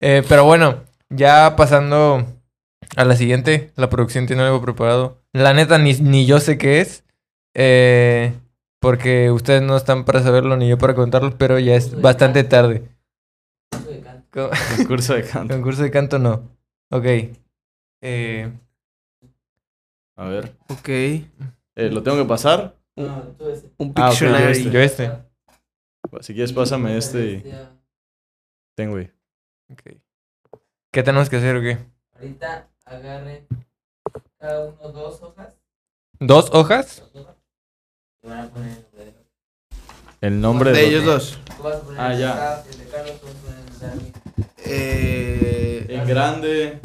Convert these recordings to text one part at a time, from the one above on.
Eh, pero bueno, ya pasando a la siguiente. La producción tiene algo preparado. La neta, ni, ni yo sé qué es. Eh, porque ustedes no están para saberlo ni yo para contarlo, pero ya es bastante tarde. Co- Concurso de canto. Concurso de canto no. Ok. Eh, A ver. Ok. Eh, ¿Lo tengo que pasar? Mm. Un Ah, ok, Pictionary. este. yo este. Si quieres, pásame este y. Tengo ahí. Ok. ¿Qué tenemos que hacer o qué? Ahorita agarren cada uno dos hojas. ¿Dos hojas? Y van a poner el nombre de los- El nombre de de. ellos dos. Tú vas a poner Ah, el de ya. Carlos, el de Carlos, tú vas a poner el de Dani. Eh, En grande.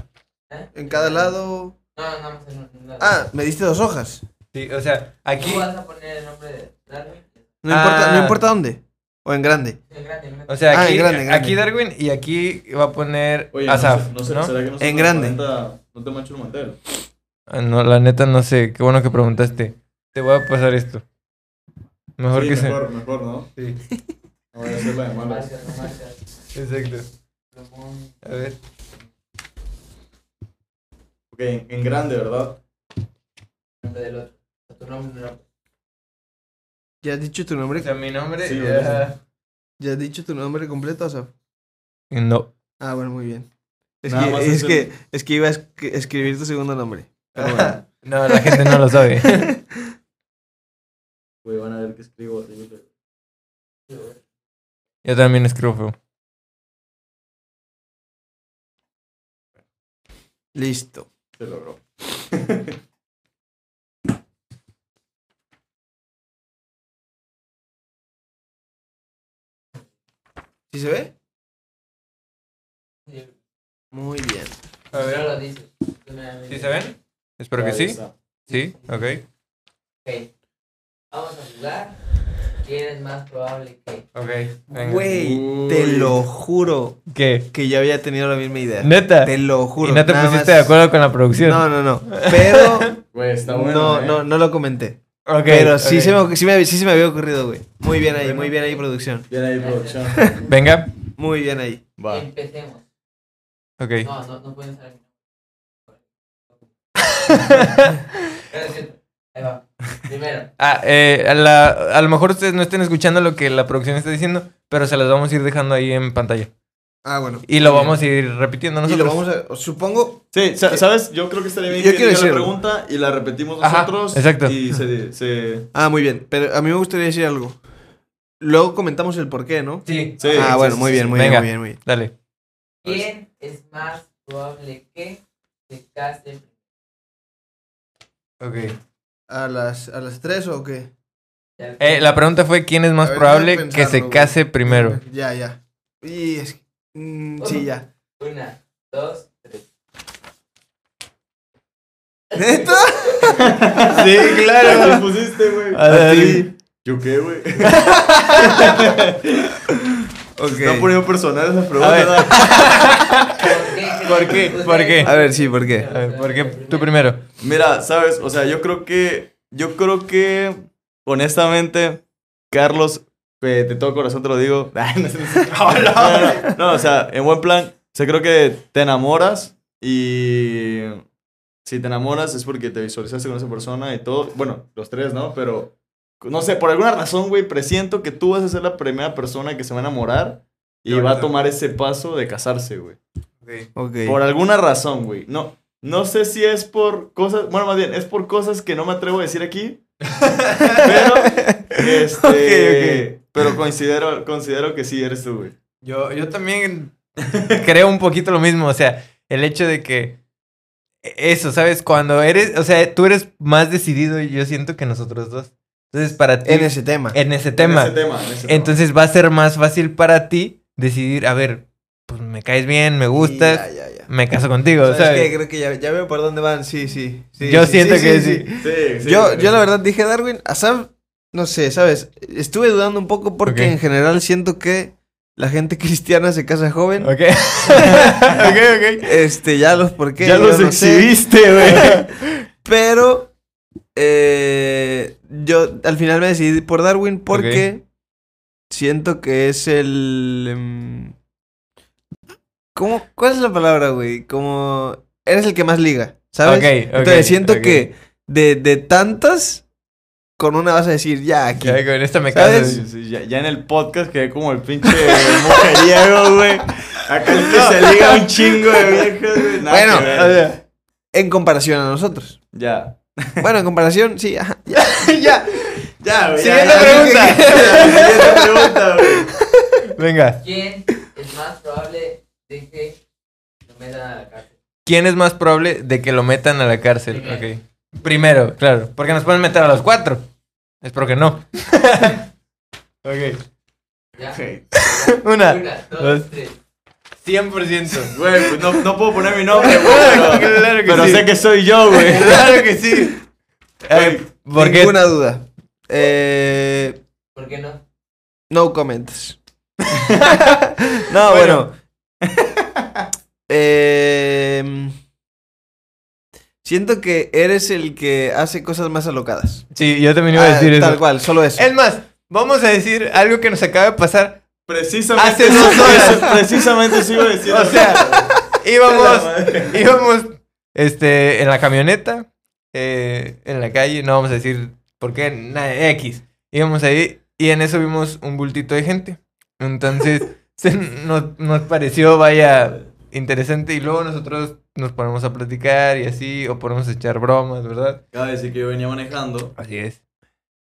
¿Eh? en cada lado. No, nada más en un lado. Ah, me diste dos hojas. Sí, o sea, aquí. Tú vas a poner el nombre de Darwin. No importa, Ah. no importa dónde. O en grande. El grande, el grande. O sea, Ah, en aquí, grande, en grande. aquí Darwin y aquí va a poner Oye, Asaf. no sé, ¿no? no sé, ¿será que no se En grande. transparenta? No te mancho el mantel. Ah, no, la neta no sé. Qué bueno que preguntaste. Te voy a pasar esto. Mejor Sí, que mejor, mejor, ¿no? Sí. No voy a hacer la de No malas. marcas, no marcas. se. Exacto. Lo pon- A ver. Ok, en grande, ¿verdad? nombre del otro. O tu nombre, no. ¿Ya has dicho tu O nombre? sea, mi nombre. Sí, era- ¿Ya has dicho tu nombre completo, Asaf? No. Ah, bueno, muy bien. Es, Nada más que, es, es que, el- es que iba a es- escribir tu segundo nombre. Pero bueno. No, la gente no lo sabe. Güey, van a ver qué escribo. así que- Yo también escribo feo. Listo. Se logró. ¿Sí se ve? Sí. Muy bien. A No ver. lo dices. Tú nada más ¿Sí se ven? Espero que Ahí sí. está. Sí, ok. Ok. Vamos a jugar. ¿Quién es más probable que? Ok. venga. Güey, Uy. te lo juro ¿Qué? que yo había tenido la misma idea. Neta. Te lo juro. Y no te nada pusiste más- de acuerdo con la producción. No, no, no. Pero Güey, está bueno. no, ¿eh? no, no lo comenté. Ok, Pero sí, ok. se me, sí, me, sí se me había ocurrido, güey. Muy bien ahí, muy bien ahí, producción. Bien ahí, producción. Venga. Muy bien ahí. Va. Empecemos. Ok. No, no, no pueden saber. Pero sí, Ahí va. Primero. Ah, eh, a, la- a lo mejor ustedes no estén escuchando lo que la producción está diciendo, pero se las vamos a ir dejando ahí en pantalla. Ah, bueno. Y lo vamos a ir repitiendo Y nosotros. lo vamos a. Supongo. Sí, sa- ¿sabes? Yo creo que estaría bien Yo que quiero diga la decir- pregunta y la repetimos Ajá, nosotros. exacto. Y se, se... Ah, muy bien. Pero a mí me gustaría decir algo. Luego comentamos el por qué, ¿no? Sí. sí, ah, sí, bueno, sí, muy sí, bien, sí. muy bien, Venga. muy bien, muy bien. Dale. ¿Quién es más probable que se case? Ok. ¿A las, a las tres o qué? Eh, la pregunta fue: ¿quién es más A ver, probable déjame que se pensarlo, case primero? Ya, ya. Y es. mm, sí, ya. Una, dos, tres. ¿Neta? Sí, claro. ¿Qué pusiste, güey? A ti. ¿Yo qué, güey? Están Ok. poniendo personal esas ver. preguntas. ¿no? ¿Por qué? qué? ¿Por qué? A ver, sí, ¿por qué? A ver, ¿por qué tú primero? Mira, ¿sabes? O sea, yo creo que... Yo creo que... Honestamente, Carlos, eh, de todo corazón te lo digo. Ay, no, sé, no sé. No, no, no. No, o sea, en buen plan, o sea, creo que te enamoras y... Si te enamoras es porque te visualizaste con esa persona y todo. Bueno, los tres, ¿no? Pero... No sé, por alguna razón, güey, presiento que tú vas a ser la primera persona que se va a enamorar y Qué va a bonito. tomar ese paso de casarse, güey. Ok. Por alguna razón, güey. No, no sé si es por cosas. Bueno, más bien, es por cosas que no me atrevo a decir aquí. pero. Este. Ok, Pero considero, considero que sí eres tú, güey. Yo, yo también creo un poquito lo mismo. O sea, el hecho de que. e, Eso, ¿sabes? Cuando eres. O sea, tú eres más decidido y yo siento que nosotros dos. Entonces, para ti. En ese tema. en ese En ese tema. en ese tema. Entonces va a ser más fácil para ti decidir, a ver, pues me caes bien, me gustas, Ya, ya, ya. me caso contigo, ¿Sabes ¿sabes? qué? Creo que ya, ya veo por dónde van. Sí, sí. sí, Yo sí, siento que sí. Sí, sí. yo, güey. yo la verdad dije Darwin, Asaf, no sé, ¿sabes? Estuve dudando un poco porque Ok. en general siento que la gente cristiana se casa joven. Ok. ok, ok. Este, ya los por qué. Ya los no sé. exhibiste, güey. Pero eh, yo al final me decidí por Darwin porque siento que es el... em, ¿Cómo? ¿Cuál es la palabra, güey? Como. Eres el que más liga, ¿sabes? Ok, ok, Entonces siento ok. que de, de tantas, con una vas a decir, ya aquí. Ya, con esta me ¿Sabes? caso. Sí, sí, ya, ya en el podcast quedé como el pinche mujeriego, güey. Acá el que se liga un chingo de viejas, güey. Nada Bueno, que ver. o sea, en comparación a nosotros. ya. Bueno, en comparación, sí, ajá. ya. ya. Ya, güey. Siguiente ya, ya. pregunta. Siguiente pregunta, güey. Venga. ¿Quién es más probable de que lo metan a la cárcel? ¿Quién es más probable de que lo metan a la cárcel? Primero. Ok. Primero, claro. Porque nos pueden meter a los cuatro. Espero que no. ok. ¿Ya? Una. Una, dos. dos, tres. 100%. Güey, pues no, no puedo poner mi nombre, güey. Claro que Pero, pero sí. sé que soy yo, güey. claro que sí. Eh, ¿Por qué? Ninguna duda. Eh, ¿Por qué no? no comments. no, bueno. Em, siento que eres el que hace cosas más alocadas. Sí, yo también iba a Ah, decir tal eso. cual, solo eso. Es más, vamos a decir algo que nos acaba de pasar. Precisamente. Hace dos eso- horas. eso- Precisamente sí iba a decir. O sea, íbamos, La madre. íbamos este, en la camioneta, eh, en la calle, no vamos a decir por qué, nada, X. Íbamos ahí y en eso vimos un bultito de gente. Entonces, se nos, nos pareció, vaya, interesante y luego nosotros nos ponemos a platicar y así, o ponemos a echar bromas, ¿verdad? Acaba de decir que yo venía manejando. Así es.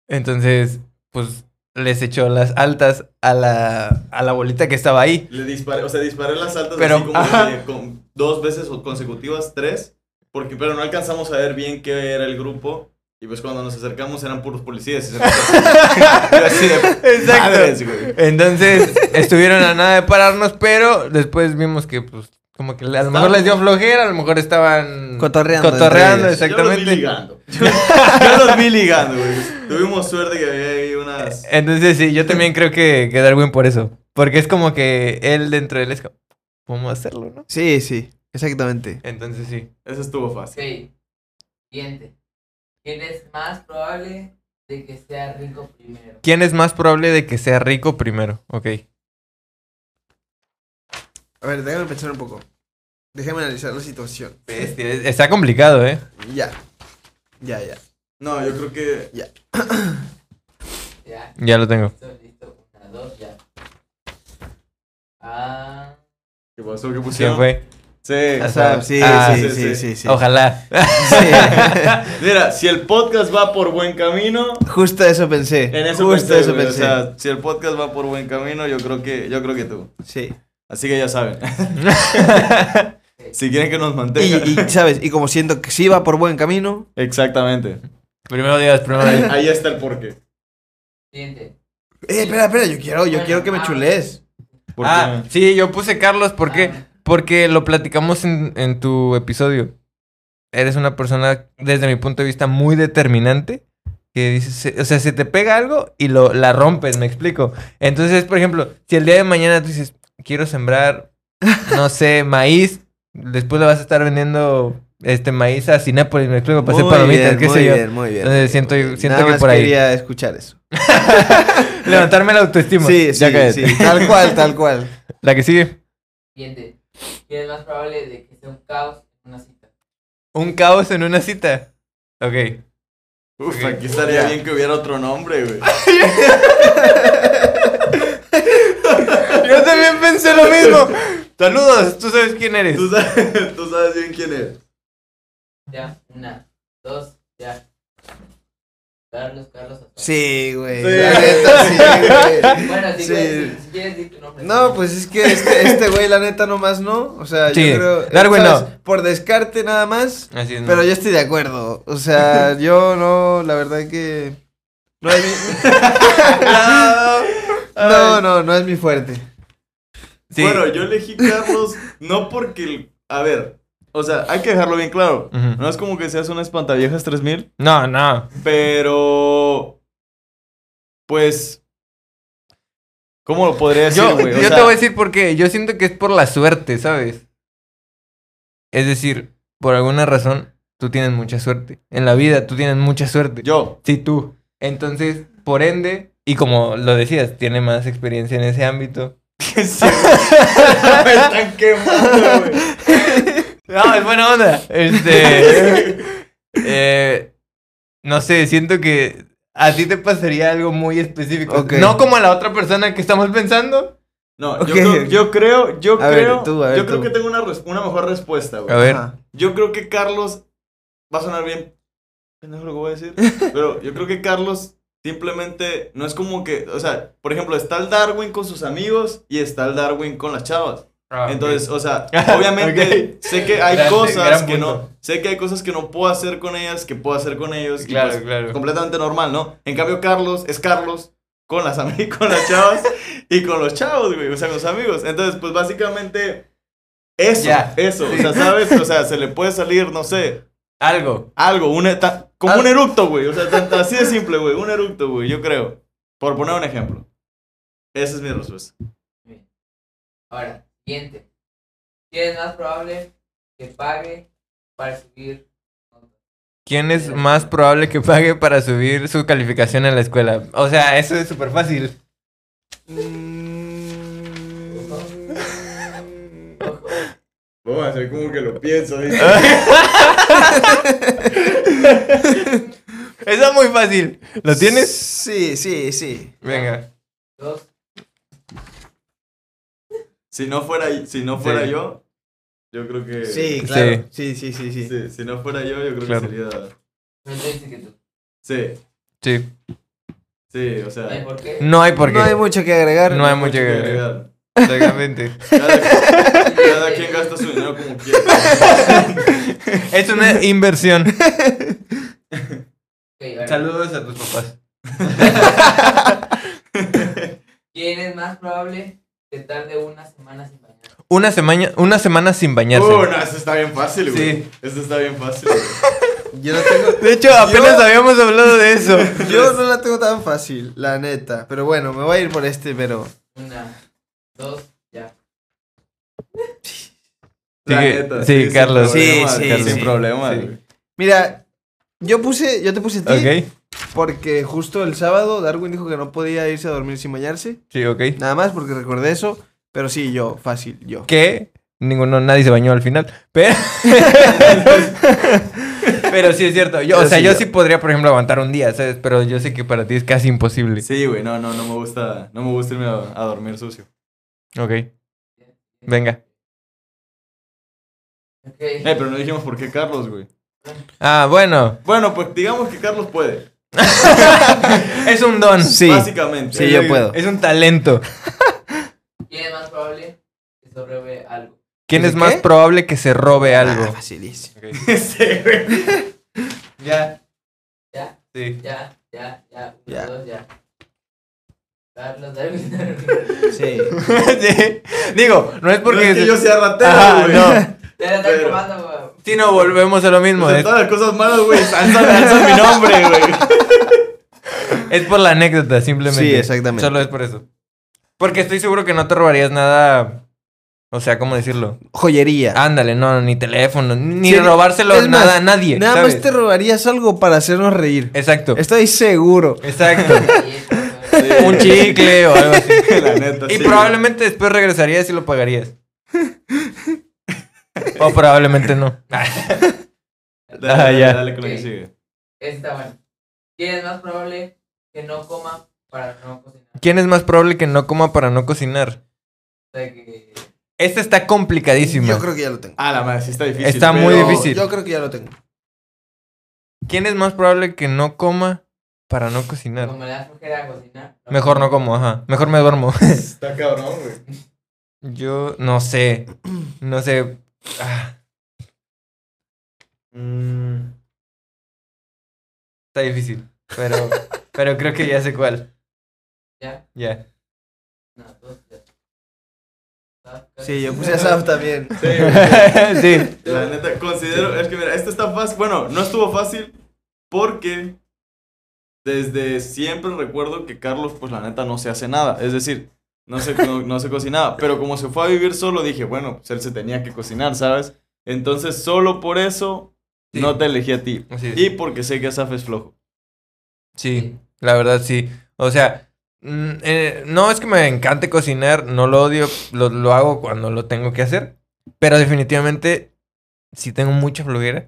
Entonces, pues les echó las altas a la, a la bolita que estaba ahí. Le disparé, o sea, disparé las altas Pero, así como ajá. de- con dos veces o consecutivas, tres, porque pero no alcanzamos a ver bien qué era el grupo. Y pues cuando nos acercamos eran puros policías. y se nos- Yo así de, Exacto. "Madres, güey". Entonces, estuvieron a nada de pararnos, pero después vimos que, pues, como que a lo mejor les dio flojera, a lo mejor estaban Cotorreando entre cotorreando, ellos. Yo los vi exactamente. ligando. Yo los vi ligando, güey. Tuvimos suerte que había ahí unas. Entonces, sí, yo también creo que, que Darwin por eso. Porque es como que él dentro de él es como, ¿cómo hacerlo, no? Sí, sí, exactamente. Entonces, sí. Eso estuvo fácil. Ok. Siguiente. ¿Quién es más probable de que sea rico primero? ¿Quién es más probable de que sea rico primero? Ok. A ver, déjame pensar un poco. Déjame analizar la situación. Bestia, es- Está complicado, ¿eh? Ya. Ya, ya. No, yo creo que. Ya, Ya lo tengo. listo, listo. Una, dos, ya. Ah. ¿Qué pasó? ¿Qué ¿Quién pusieron? fue? Sí. Ah, O sea, sí, Ah, sí, sí, sí, sí. sí, sí. Ojalá. Sí. Mira, si el podcast va por buen camino, Justo eso pensé. En eso Justo pensé, eso güey, pensé. O sea, si el podcast va por buen camino, yo creo que, yo creo que tú. sí. Así que ya saben. si quieren que nos mantengan. Y, y, ¿sabes? Y como siento que sí va por buen camino, Exactamente. primero Dios, primero Ahí, Dios. ahí está el porqué. Siguiente. Eh, espera, espera, yo quiero, yo quiero que me chulees. ¿Por Ah, qué? sí, yo puse Carlos, ¿por qué? Ah. Porque lo platicamos en, en tu episodio. Eres una persona, desde mi punto de vista, muy determinante. Que dices, se- o sea, se te pega algo y lo, la rompes, me explico. Entonces, por ejemplo, si el día de mañana tú dices, quiero sembrar, no sé, maíz, después le vas a estar vendiendo este maíz a Cinépolis, me explico, para hacer Muy Ah, pues, palomitas, bien, qué muy sé yo. bien, muy bien. Entonces, siento, siento Nada que más por ahí. quería escuchar eso. Levantarme la autoestima. Sí, sí, ya cállate. sí, tal cual, tal cual. La que sigue. Siguiente. ¿Quién es más probable de que sea un caos en una cita? Un caos en una cita. Ok. Uf, aquí estaría bien que hubiera otro nombre, güey. Yo también pensé lo mismo. Saludos, tú sabes quién eres. Tú sabes, tú sabes bien quién es. Ya, una, dos, ya. Carlos, Carlos. Osorio. Sí, güey. Sí. La neta, sí, güey. Bueno, si, Sí. quieres, si quieres decir tu nombre. No, pues es que este este güey, la neta, nomás no. O sea, Sí, yo creo. Darwin, ¿sabes? Por descarte nada más. Así es. Pero yo estoy de acuerdo. O sea, yo no, la verdad que. No es mi. no, no, no es mi fuerte. Sí. Bueno, yo elegí Carlos no porque. el- A ver, o sea, hay que dejarlo bien claro. Ujú. No es como que seas una espantaviejas 3000. No, no. Pero. Pues. ¿Cómo lo podría decir, Yo, güey? O yo sea, te voy a decir por qué. Yo siento que es por la suerte, ¿sabes? Es decir, por alguna razón, tú tienes mucha suerte. En la vida, tú tienes mucha suerte. Yo. Sí, tú. Entonces, por ende, y como lo decías, tiene más experiencia en ese ámbito. emergencia. güey. Me están quemando, güey. No, es buena onda. Este. eh, no sé, siento que a ti te pasaría algo muy específico. Ok. No como a la otra persona que estamos pensando. No, Ok. yo creo, yo creo, yo A ver, creo, tú, a ver, yo creo tú. que tengo una, res- una mejor respuesta, A güey. ver. Ajá. Yo creo que Carlos va a sonar bien. pendejo lo que voy a decir. Pero yo creo que Carlos simplemente no es como que, o sea, por ejemplo, está el Darwin con sus amigos y está el Darwin con las chavas. Entonces, o sea, obviamente Ah, Ok. sé que hay Gran- cosas gran que no, punto. sé que hay cosas que no puedo hacer con ellas, que puedo hacer con ellos. y Claro, pues, claro. Completamente normal, ¿no? En cambio, Carlos es Carlos con las, ami- con las chavas y con los chavos, güey, o sea, con los amigos. Entonces, pues básicamente, eso, Ya. eso, o sea, ¿sabes? O sea, se le puede salir, no sé, Algo. algo, un eta- como Al- un eructo, güey, o sea, tan- así de simple, güey, un eructo, güey, yo creo. Por poner un ejemplo. Esa es mi respuesta. Ahora, siguiente. ¿Quién es más probable que pague para subir? ¿Quién es más probable que pague para subir su calificación en la escuela? O sea, eso es súper fácil. Mm. Vamos a hacer como que lo pienso, Eso es muy fácil. ¿Lo tienes? Sí, sí, sí. Venga. Dos. Si no fuera, si no fuera Sí. yo, yo creo que... Sí, Sí. claro. Sí, sí, sí, sí. Sí, si no fuera yo, yo creo Claro. que sería... No te dice que tú. Sí, Sí. sí, o sea... ¿Sabes por qué? No hay por qué. No hay mucho que agregar. No hay mucho que agregar. agregar. Exactamente. Cada, cada quien gasta su dinero como quiere. es una inversión. Ok, ahora, Saludos a tus papás. ¿Quién es más probable que tarde una semana sin bañarse? Una semana, una semana sin bañarse. Uh, no, eso está bien fácil, güey. Sí. Eso está bien fácil, güey. Yo no tengo. De hecho, apenas habíamos hablado de eso. Yo no la tengo tan fácil, la neta. Pero bueno, me voy a ir por este, pero. Una, dos, ya. La que- neta, sí, sin Carlos. problema, Sí, sí, Carlos, sí. Sin problema, Sí. güey. Mira, yo puse. Yo te puse a ti. Ok. Porque justo el sábado Darwin dijo que no podía irse a dormir sin bañarse. Sí, ok. Nada más porque recordé eso. Pero sí, yo, fácil, yo. Que ninguno, nadie se bañó al final. Pero, pero sí es cierto. Yo, o Pero sea, sí, yo yo. sí podría, por ejemplo, aguantar un día, ¿sabes? Pero yo sé que para ti es casi imposible. Sí, güey, no, no, no me gusta, no me gusta irme a, a dormir sucio. Ok. Venga. Ok. Eh, pero no dijimos por qué Carlos, güey. Ah, bueno. Bueno, pues digamos que Carlos puede. Es un don. Sí. Básicamente. Sí, yo puedo. Es un talento. ¿Quién es más probable que se robe algo? ¿Quién ¿Dice es más qué? probable que se robe Ah, algo? facilísimo. Sí, güey. Ya. Ya. Sí. Ya, ya, ya. Una, Ya. dos, ya. Carlos, Darwin. Sí. Sí. Digo, no es porque. No es que yo sea ratero, Ajá, güey. no. Ya le están Pero- probando, güey. Si no, volvemos a lo mismo. O sea, Es, todas las cosas malas, güey. Alza, alza mi nombre, güey. es por la anécdota, simplemente. Sí, exactamente. Solo es por eso. Porque estoy seguro que no te robarías nada. O sea, ¿cómo decirlo? Joyería. Ándale, no, ni teléfono, ni Sí, robárselo es más, nada a nadie. Nada ¿sabes? más te robarías algo para hacernos reír. Exacto. Estoy seguro. Exacto. Sí, esto, güey. Sí. Un chicle o algo así. La neta, Y sí, probablemente después regresarías y lo pagarías. o probablemente no. güey. Dale, dale, Ah, ya. dale con lo que Ok. sigue. Está bueno. ¿Quién es más probable que no coma para no cocinar? ¿Quién es más probable que no coma para no cocinar? O sea que. Esta está complicadísima. Yo creo que ya lo tengo. Ah, la madre, sí está difícil. Está muy pero- difícil. Yo creo que ya lo tengo. ¿Quién es más probable que no coma para no cocinar? Como le da flojera cocinar. Mejor no como, ajá. Mejor me duermo. Está cabrón, güey. Yo no sé. No sé. Ah. Mm. Está difícil. Pero, pero creo que ya sé cuál. Ya. Ya. Una, dos, ya. Sí, yo puse a Saf también. Sí, güey. sí. La neta, considero. Es que mira, esto está fácil. Bueno, no estuvo fácil porque desde siempre recuerdo que Carlos, pues la neta, no se hace nada. Es decir, no se, no, no se cocinaba. Pero como se fue a vivir solo, dije, bueno, pues él se tenía que cocinar, ¿sabes? Entonces, solo por eso Sí. no te elegí a ti. Así es. Y porque sé que Asaf es flojo. Sí, la verdad sí. O sea, Mm, eh, no es que me encante cocinar, no lo odio, lo, lo hago cuando lo tengo que hacer. Pero definitivamente, si tengo mucha flojera,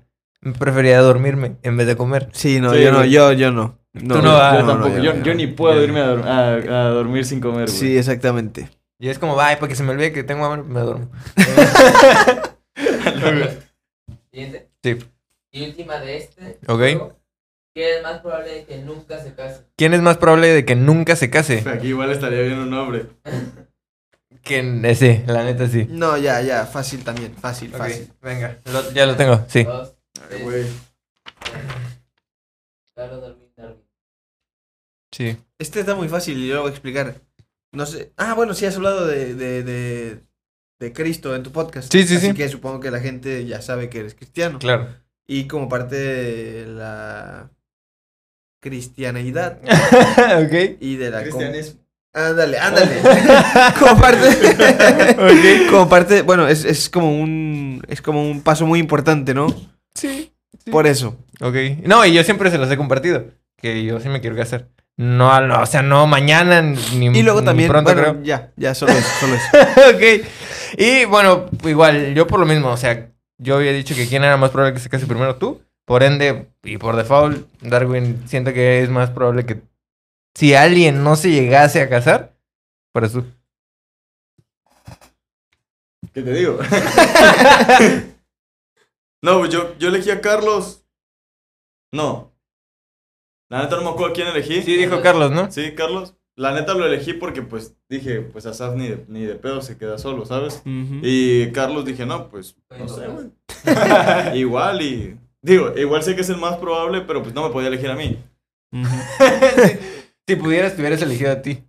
preferiría dormirme en vez de comer. Sí, no, Sí, yo no, güey. yo, yo no. Tú no yo, vas. yo no, tampoco. yo yo, no. yo ni puedo Yo- irme a, dor- a- a dormir sin comer, güey. Sí, exactamente. Y es como, ay, para que se me olvide que tengo hambre, me duermo. Siguiente. Sí. Y última de este. Ok. juego, ¿Qué es más probable de que nunca se case? ¿Quién es más probable de que nunca se case? Aquí igual estaría bien un hombre. Que eh, sí, la neta sí. No, ya, ya, fácil también, fácil, Ok, fácil. Eh, venga. Lo- ya lo tengo, sí. Dos, tres, Güey. Carlos Darwin, Darwin. Sí. Este está muy fácil, yo lo voy a explicar. No sé. Ah, bueno, sí has hablado de, de, de, de Cristo en tu podcast. Sí, sí, Así sí. que supongo que la gente ya sabe que eres cristiano. Claro. Y como parte de la cristianeidad ok. y de la... com- Cristianismo. Ándale, ándale. como parte... Como parte, bueno, es, es como un es como un paso muy importante, ¿no? Sí. Sí. Por eso. Ok. No, y yo siempre se los he compartido. Que yo sí me quiero casar. No, no, o sea, no mañana ni Y luego ni también, Mm, pronto bueno, creo. ya, ya solo eso, solo eso. ok. Y bueno, igual, yo por lo mismo, o sea, yo había dicho que quién era más probable que se case primero tú. Por ende, y por default, Darwin siento que es más probable que si alguien no se llegase a casar, fueras tú. ¿Qué te digo? no, pues yo, yo elegí a Carlos. No. La neta no me acuerdo a quién elegí. Sí, dijo Carlos, ¿no? Sí, Carlos. La neta lo elegí porque pues dije, pues Asaf ni de, ni de pedo se queda solo, ¿sabes? Y Carlos dije, no, pues no sé, güey. Igual y... Digo, igual sé que es el más probable, pero pues no me podía elegir a mí. si pudieras, te hubieras elegido a ti.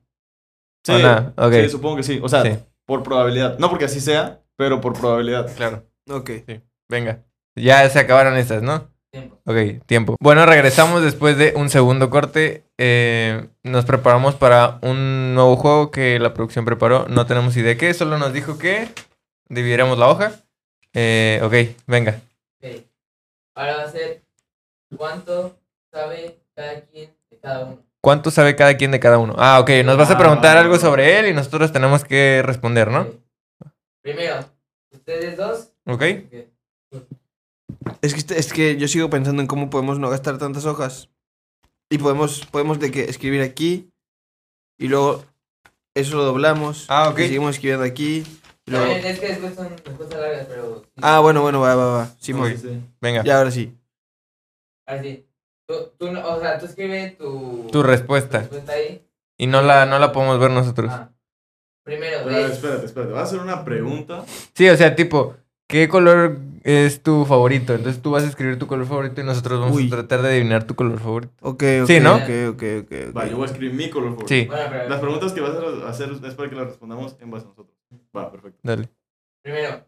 Sí, O nada, ok. sí, supongo que sí. O sea, Sí, por probabilidad. No porque así sea, pero por probabilidad. claro. Ok. Venga. Ya se acabaron estas, ¿no? Tiempo. Ok, tiempo. Bueno, regresamos después de un segundo corte. Eh, nos preparamos para un nuevo juego que la producción preparó. No tenemos idea de qué, solo nos dijo que dividiéramos la hoja. Eh, ok, venga. Ok. Ahora va a ser cuánto sabe cada quien de cada uno. ¿Cuánto sabe cada quien de cada uno? Ah, ok, nos vas a Ah. preguntar algo sobre él y nosotros tenemos que responder, ¿no? Ok. Primero, ustedes dos. Ok. Ok. Es que, este- es que yo sigo pensando en cómo podemos no gastar tantas hojas. Y podemos, podemos de que escribir aquí y luego eso lo doblamos. Ah, ok. Y seguimos escribiendo aquí. y luego- También es que después son cosas largas, pero. Ah, bueno, bueno, va, va, va. Simón. Sí, sí. Venga, Ya ahora sí. Así. Tú, tú, no- o sea, tú escribe tu. tu respuesta. respuesta ahí. Y no la, no la podemos ver nosotros. Ah. Primero, Pero, a ver, de- espérate, espérate. Va a hacer una pregunta. Sí, o sea, tipo, ¿qué color es tu favorito? Entonces tú vas a escribir tu color favorito y nosotros vamos Uy. a tratar de adivinar tu color favorito. Ok, ok. Sí, ¿no? Ok, ok, ok. ok. Va, yo voy a escribir mi color favorito. Sí, Bueno, pero- Las preguntas que vas a hacer es para que las respondamos en base a nosotros. Va, perfecto. dale. Primero,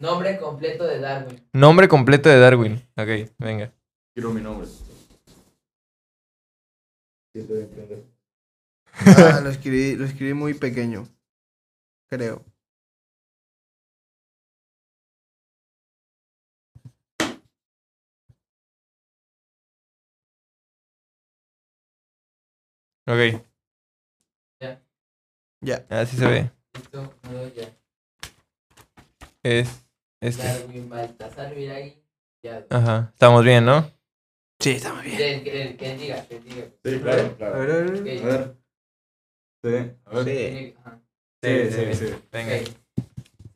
nombre completo de Darwin. Nombre completo de Darwin. Ok, venga. Quiero mi nombre. Ah, lo escribí, lo escribí muy pequeño. Creo. Ok. Ya. Ya. Así se ve. Listo, no, ya. Es este. Darwin Baltasar Viragui. Ya. Ajá. Estamos bien, ¿no? Sí, está muy bien. El, que- el que él diga, que él diga. Sí, claro, claro. A ver, a ver, a ver. A ver. Sí, a Que ver. Sí. diga, ajá. Sí, sí, sí. Venga. Ok.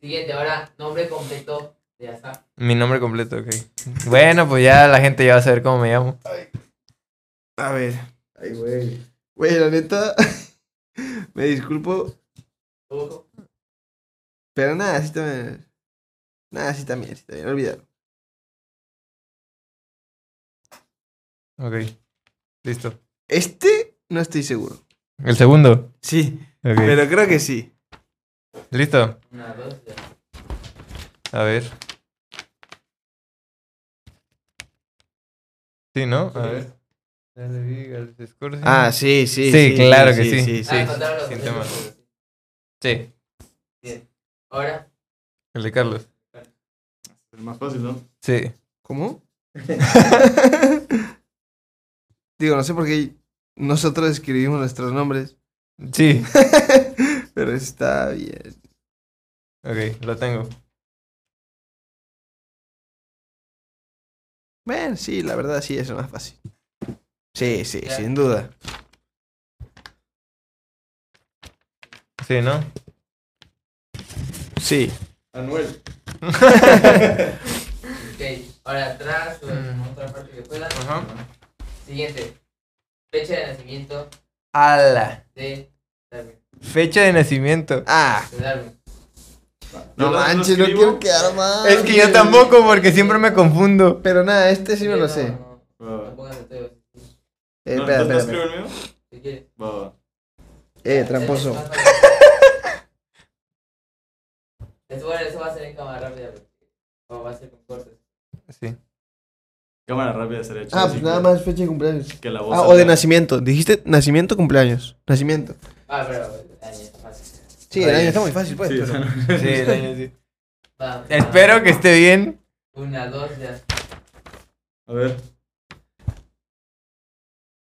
Siguiente, ahora, nombre completo de Asaf. Mi nombre completo, ok. Bueno, pues ya la gente ya va a saber cómo me llamo. A ver. Ay, güey. Güey, la neta. me disculpo. Ojo. Pero nada, sí también. Nada, sí también, sí también, olvídalo. Ok. Listo. Este no estoy seguro. El segundo. Sí, Ok. pero creo que sí. Listo. Una, dos, ya. A ver. Sí, ¿no? A ver. Dale, Vigas, Scorsese. Ah, sí, sí. Sí, claro que sí. Sí, sí. Ah, contaron los sin tres tema. números. Sí. Ahora, El de Carlos. Es más fácil, ¿no? Sí. ¿Cómo? Digo, no sé por qué Nosotros escribimos nuestros nombres. Sí. Pero está bien. Ok, lo tengo. Bueno, sí, la verdad sí es más fácil. Sí, sí, Ya. sin duda. Sí, ¿no? Sí. Anuel. Ok, ahora atrás o en otra parte que pueda. Mm. Ajá. Siguiente. Fecha de nacimiento Ala. de Darwin. Fecha de nacimiento. Ah, De Darwin. no Yo lo- lo manches, no escribo. quiero quedar mal. Es que yo tampoco, porque siempre me confundo. Pero nada, este sí me lo no, sé. No, no pongas el tuyo, Eh, No, espera, ¿no- no espera, escribo espera. el mío? si quieres. Va, va. Eh, tramposo. Eso, bueno, eso va a ser en cámara rápida. porque- O va a ser con cortes. Sí. Cámara rápida sería chido. Ah, sí, pues nada que- más fecha de cumpleaños. Que la voz Ah, o de salga. nacimiento. Dijiste nacimiento, cumpleaños. Nacimiento. Ah, pero. año, fácil. Sí, Ahí el año es. está muy fácil, pues. Sí, pero- Sí, el año sí. Vamos. Espero que esté bien. Una, dos, ya. A ver.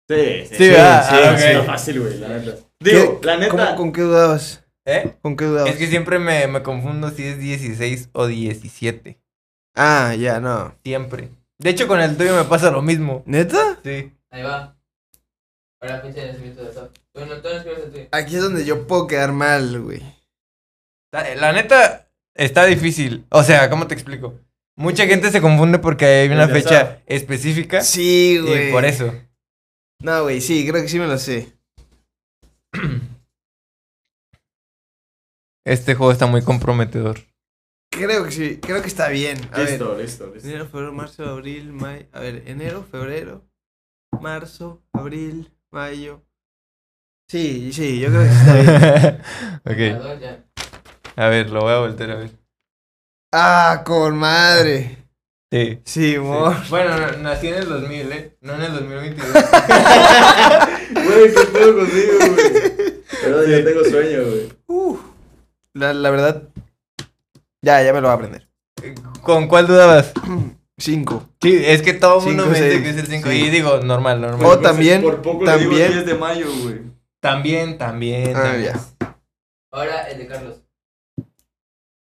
Sí, sí, Sí, ¿verdad? sí, Ah, sí, ok. no, fácil, güey, la neta. Digo, ¿Qué- la neta. cómo- ¿Con qué dudabas? ¿Eh? ¿Con qué dudabas? Es que siempre me, me confundo si es 16 o 17. Ah, ya, no. Siempre. De hecho, con el tuyo me pasa lo mismo. ¿Neta? Sí. Ahí va. Ahora fecha de nacimiento de Darwin. Bueno, tú no escribes el tuyo. Aquí es donde yo puedo quedar mal, güey. La, eh, la neta, está difícil. O sea, ¿cómo te explico? Mucha gente se confunde porque hay una Ya fecha específica. Sí, güey. Y ¿Eh? por eso. No, güey, sí, creo que sí me lo sé. Este juego está muy comprometedor. Creo que sí, creo que está bien. A ver. Listo, listo, listo. Enero, febrero, marzo, abril, mayo. A ver, enero, febrero, marzo, abril, mayo. Sí, sí, yo creo que sí está bien. Una, ok. dos, ya. A ver, lo voy a voltear a ver. ah, con madre. Sí. Sí, amor. Bueno, no- nací en el 2000, ¿eh? No en el 2022. Güey, qué pedo contigo, güey. Pero yo tengo sueño, güey. Uf. La, la verdad. Ya, ya me lo va a aprender. ¿Con cuál dudabas? Cinco. Sí, es que todo el mundo Cinco, me dice seis. que es el 5. Sí. Y digo, normal, normal. O también- pues, Por poco le digo también- el 10 de mayo, güey. También, también. Ah, también. ya. Ahora el de Carlos.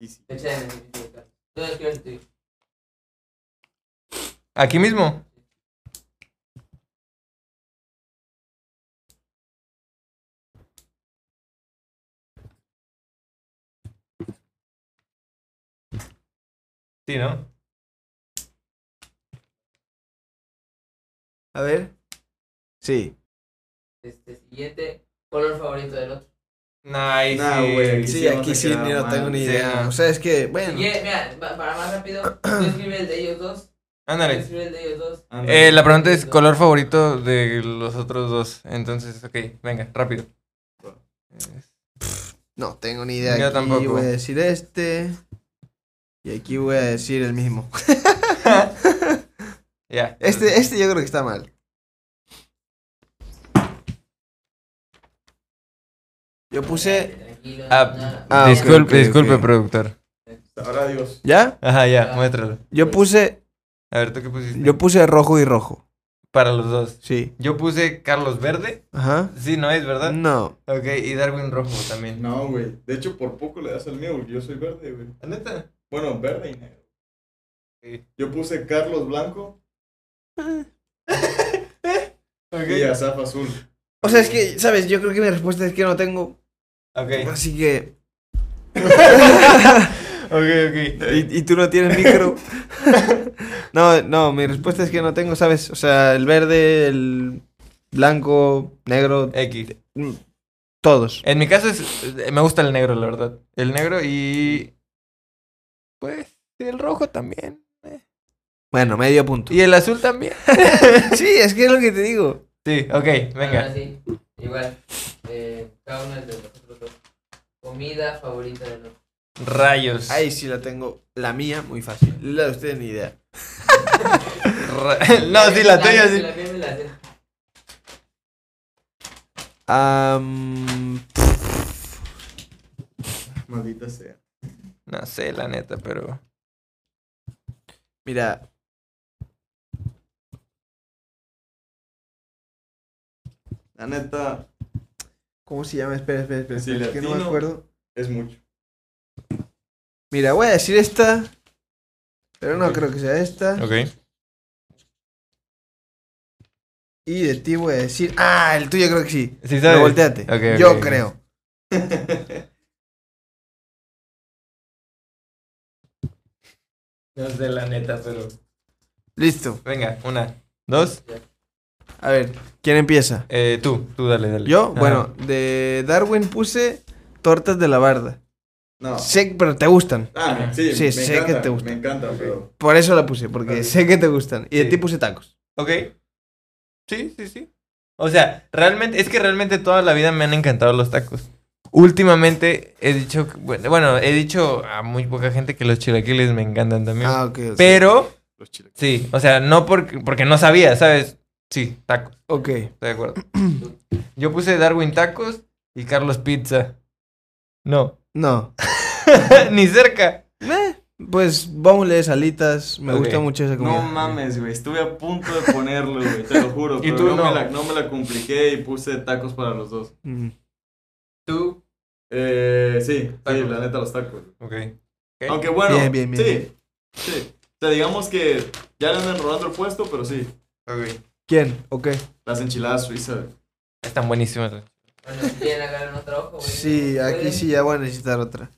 Y sí. Fecha de nacimiento de Carlos. Tú no escribes el tuyo. Aquí mismo. Sí, ¿no? A ver. Sí. Este siguiente. Color favorito del otro. Nice. Nah, güey, Sí, Sí, vamos aquí a sí, quedar ni no mal, tengo ni sí, idea. no. O sea, es que, bueno. Sigue- eh, mira, pa- para más rápido, tú escribe el de ellos dos. Tú Ándale. escribe el de ellos dos. Ándale. Eh, la pregunta es color favorito de los otros dos. Entonces, ok, venga, rápido. No tengo ni idea. Yo aquí tampoco. voy a decir este. Y aquí voy a decir el mismo. Ya. Este, este yo creo que está mal. Yo puse. Tranquilo. Ah, nada. ah, ok. disculpe, disculpe, productor. pues, Ah. Ahora Dios. ¿Ya? Ajá, ya, muéstralo. Yo puse. A ver, ¿tú qué pusiste? Yo puse rojo y rojo. Para los dos. Sí. Yo puse Carlos Verde. Ajá. Sí, no es, ¿verdad? No. Ok, y Darwin Rojo también. No, güey. De hecho, por poco le das al mío, porque yo soy verde, güey. ¿La neta? Bueno, verde y negro. Sí. Yo puse Carlos Blanco y Ok. Azaf Azul. O sea, es que, ¿sabes? Yo creo que mi respuesta es que no tengo. Ok, Así que. ok, ok. Y, y tú no tienes micro. no, no, mi respuesta es que no tengo, ¿sabes? O sea, el verde, el blanco, negro, X. mm, todos. En mi caso es. eh, Me gusta el negro, la verdad. El negro y. Pues. El rojo también. eh. Bueno, medio punto. Y el azul también. sí, es que es lo que te digo. Sí, ok, Ahora venga. sí, igual. Eh, cada uno es de los otros dos. Comida favorita del otro. Rayos. Ahí sí la tengo. La mía, muy fácil. La de ustedes, ni idea. Ra- no, sí, la tuya sí. La mía me la sé. Am, Maldita sea. No sé, la neta, pero. mira. La neta, ¿Cómo se llama? Espera, espera, espera. Si espera, es que no me latino. acuerdo. es mucho. Mira, voy a decir esta. Pero no Ok. creo que sea esta. Ok. Y de ti voy a decir. Ah, el tuyo creo que sí. ¿Sí Pero sabes? volteate. Ok, ok, Yo ok. creo. No sé la neta, pero... Listo. Venga, una, dos. A ver, ¿quién empieza? Eh, tú, tú dale, dale. Yo, Ajá. bueno, de Darwin puse tortas de la barda. No. Sé, pero te gustan. Ah, sí, Sí, me sé encanta, que te gusta. Me encanta, pero. Por eso la puse, porque Ok. sé que te gustan. Y de Sí. ti puse tacos. Ok. Sí, sí, sí. O sea, realmente, es que realmente toda la vida me han encantado los tacos. Últimamente he dicho, que- bueno, bueno, he dicho a muy poca gente que los chilaquiles me encantan también. Ah, ok. ok. pero, Los chilaquiles. sí, o sea, no porque, porque no sabía, ¿sabes? Sí, tacos, Ok. estoy de acuerdo. Yo puse Darwin Tacos y Carlos Pizza. No, No. ni cerca. Pues bombles, alitas. Me Ok. gusta mucho esa No comida. mames, güey. Estuve a punto de ponerlo, güey. Te lo juro. Y pero tú no, no. Me la, no me la compliqué y puse tacos para los dos. Mm. Tú. Eh, sí, sí, Tacos. la neta, los tacos. Ok. Aunque bueno. Bien, bien, bien. Sí, sí. O sea, digamos que ya le andan robando el puesto, pero sí. Ok. ¿Quién? Ok. Las enchiladas suizas. güey. Están buenísimas. Bueno, quieren agarrar otro ojo, güey. Sí, aquí Pueden. sí ya voy a necesitar otra.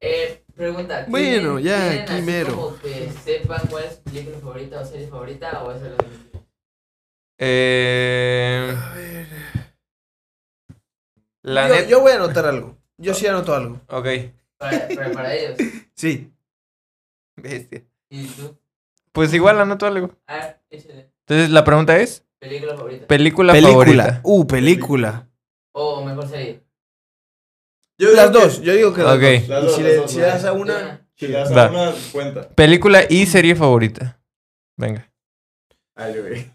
Eh, pregunta. ¿tienen- Bueno, ya, tienen aquí así mero. como que sepan cuál es su película favorita o serie favorita o eso es lo mismo? Eh, la yo, neta. yo voy a anotar algo. Yo sí anoto algo. Ok. Para, para, para ellos. Sí. Bestia. ¿Y tú? Pues igual anoto algo. Ah, échale. Entonces la pregunta es: Película favorita. ¿película, Película. favorita? Uh, película. o mejor serie. Yo Las digo que- dos, yo digo que las Ok. Las dos. dos, las Y si, le, dos, si las das a dos. una. Si le das Va. a una cuenta. Película y serie favorita. Venga. Ay, güey.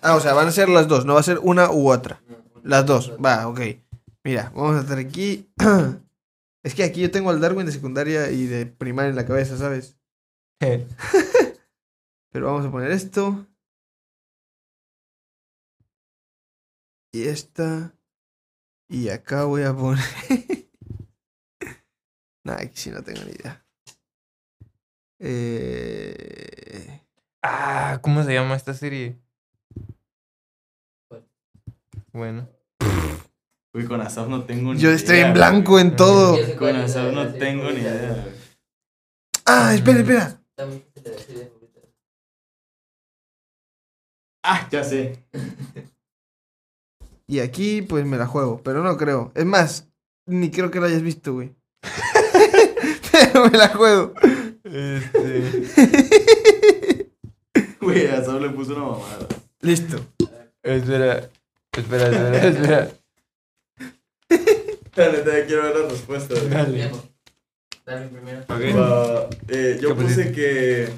Ah, o sea, van a ser las dos, no va a ser una u otra. No, una. Las dos, va, ok. Mira, vamos a estar aquí. es que aquí yo tengo al Darwin de secundaria y de primaria en la cabeza, ¿sabes? Pero vamos a poner esto. Y esta. Y acá voy a poner. nah, aquí sí no tengo ni idea. Eh. Ah, ¿cómo se llama esta serie? Bueno. Uy, con Asaf no tengo ni Yo estoy idea, en blanco güey. en todo. Yo sé cuál Con es la- Asaf la no serie tengo ni favorita. idea. güey. Ah, espera, espera. Está muy difícil la serie favorita. Ah, ya sé. Y aquí, pues me la juego, pero no creo. Es más, ni creo que la hayas visto, güey. pero me la juego. Este. Güey, a Asaf le puso una mamada. Listo. espera. Espera, espera, espera. La neta, ya quiero ver las respuestas. güey. Dale. Tiempo. Dale primero. Ok. Va, eh, yo ¿Qué pusiste? puse que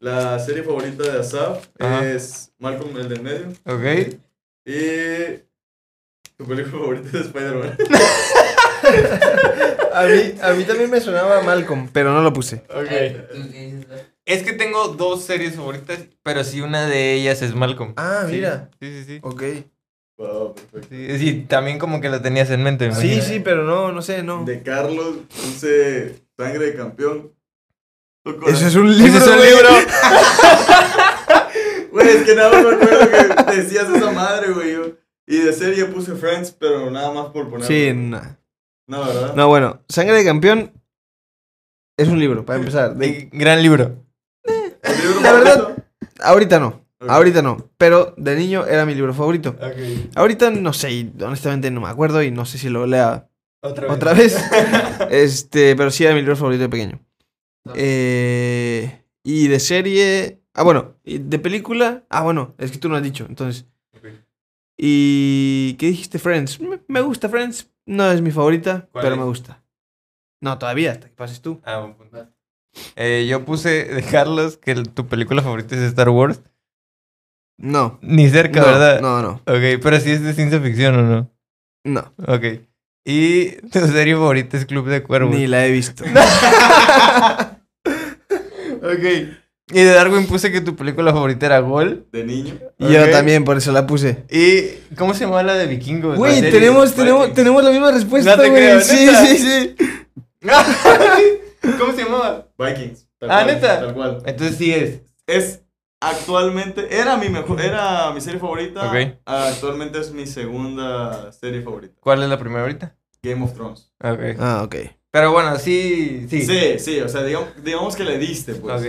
la serie favorita de Asaf Ajá. es Malcolm el del medio Ok. y tu película favorita es Spider-Man. A mí, a mí también me sonaba Malcolm, pero no lo puse. Eh, tú dices la- Es que tengo dos series favoritas, pero sí una de ellas es Malcolm. Ah, Sí, mira. Sí, sí, sí. Ok. Va, perfecto. Sí, es decir, también como que lo tenías en mente. me Sí, imagino. sí, pero no, no sé, no. De Carlos puse Sangre de Campeón. Tu cora- Eso es un libro. Ese es un güey. libro. Güey, es que nada más me acuerdo que decías esa madre, güey. yo. Y de serie puse Friends, pero nada más por poner. Sí, na- No, ¿verdad? no, bueno. Sangre de campeón es un libro, para empezar. De- De- Gran libro. ¿Tu libro La verdad- favorito? ahorita no, Ok. ahorita no. Pero de niño era mi libro favorito. Ok. Ahorita no sé, y honestamente no me acuerdo y no sé si lo lea Otra Otra vez. este, pero sí era mi libro favorito de pequeño. Eh, y de serie. Ah, bueno, y de película. Ah, bueno, es que tú no has dicho, entonces. Ok. ¿Y qué dijiste, Friends? Me- Me gusta Friends. No es mi favorita, ¿Cuál pero es? me gusta. No, todavía, hasta que pases tú. Ah, buen punto. Eh, yo puse de Carlos que el- tu película favorita es Star Wars. No. Ni cerca, no, ¿verdad? No, no, Ok, pero si es de ciencia ficción o no. no. Ok. Y tu serie favorita es Club de Cuervos. Ni la he visto. Ok. Y de Darwin puse que tu película favorita era Gol. De niño. Y Yo Ok. también, por eso la puse. ¿Y cómo se llama la de vikingos? la Güey, serie? tenemos, tenemos- tenemos, tenemos la misma respuesta, No te güey. creo, sí, ¿neta? sí, sí. ¿Cómo se llamaba? Vikings. tal Ah, cual, ¿neta? Tal cual. Entonces sí es. Es actualmente, era mi mejor, era mi serie favorita. Ok. Ah, Actualmente es mi segunda serie favorita. ¿Cuál es la primera ahorita? Game of Thrones. Ok. Ah, ok. Pero bueno, sí, sí. Sí, sí, o sea, digamos, digamos que le diste, pues. Ok.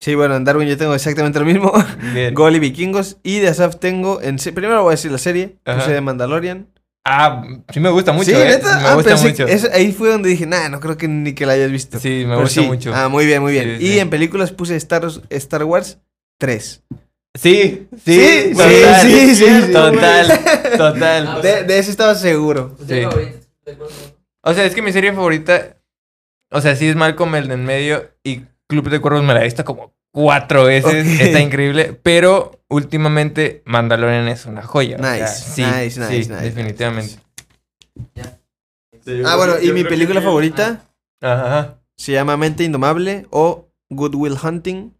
Sí, bueno, en Darwin yo tengo exactamente lo mismo. Bien. Gol y Vikingos. Y de Asaf tengo. En se- Primero voy a decir la serie. Ajá. Puse de Mandalorian. Ah, sí me gusta mucho. sí, eh. neta. Me Ah, gusta pensé- mucho. eso- ahí fue donde dije, nah, no creo que ni que la hayas visto. Sí, me Pero gusta sí. mucho. Ah, muy bien, muy bien. Sí, y sí. en películas puse Star, Star Wars 3. Sí, Sí, sí, total, sí, sí, sí. Total, total. De, de eso estaba seguro. ¿Usted Sí. favorito? ¿De cuál fue? O sea, es que mi serie favorita. O sea, sí es Malcolm el de en medio. Y Club de Cuervos me la he visto como cuatro veces. Ok. Está increíble. Pero últimamente Mandalorian es una joya. o sea, Nice, sí, nice, nice, sí, nice, Definitivamente. Sí, yo Ah, creo- bueno, yo y mi creo que película mi- Ah. favorita Ajá. se llama Mente Indomable o Good Will Hunting.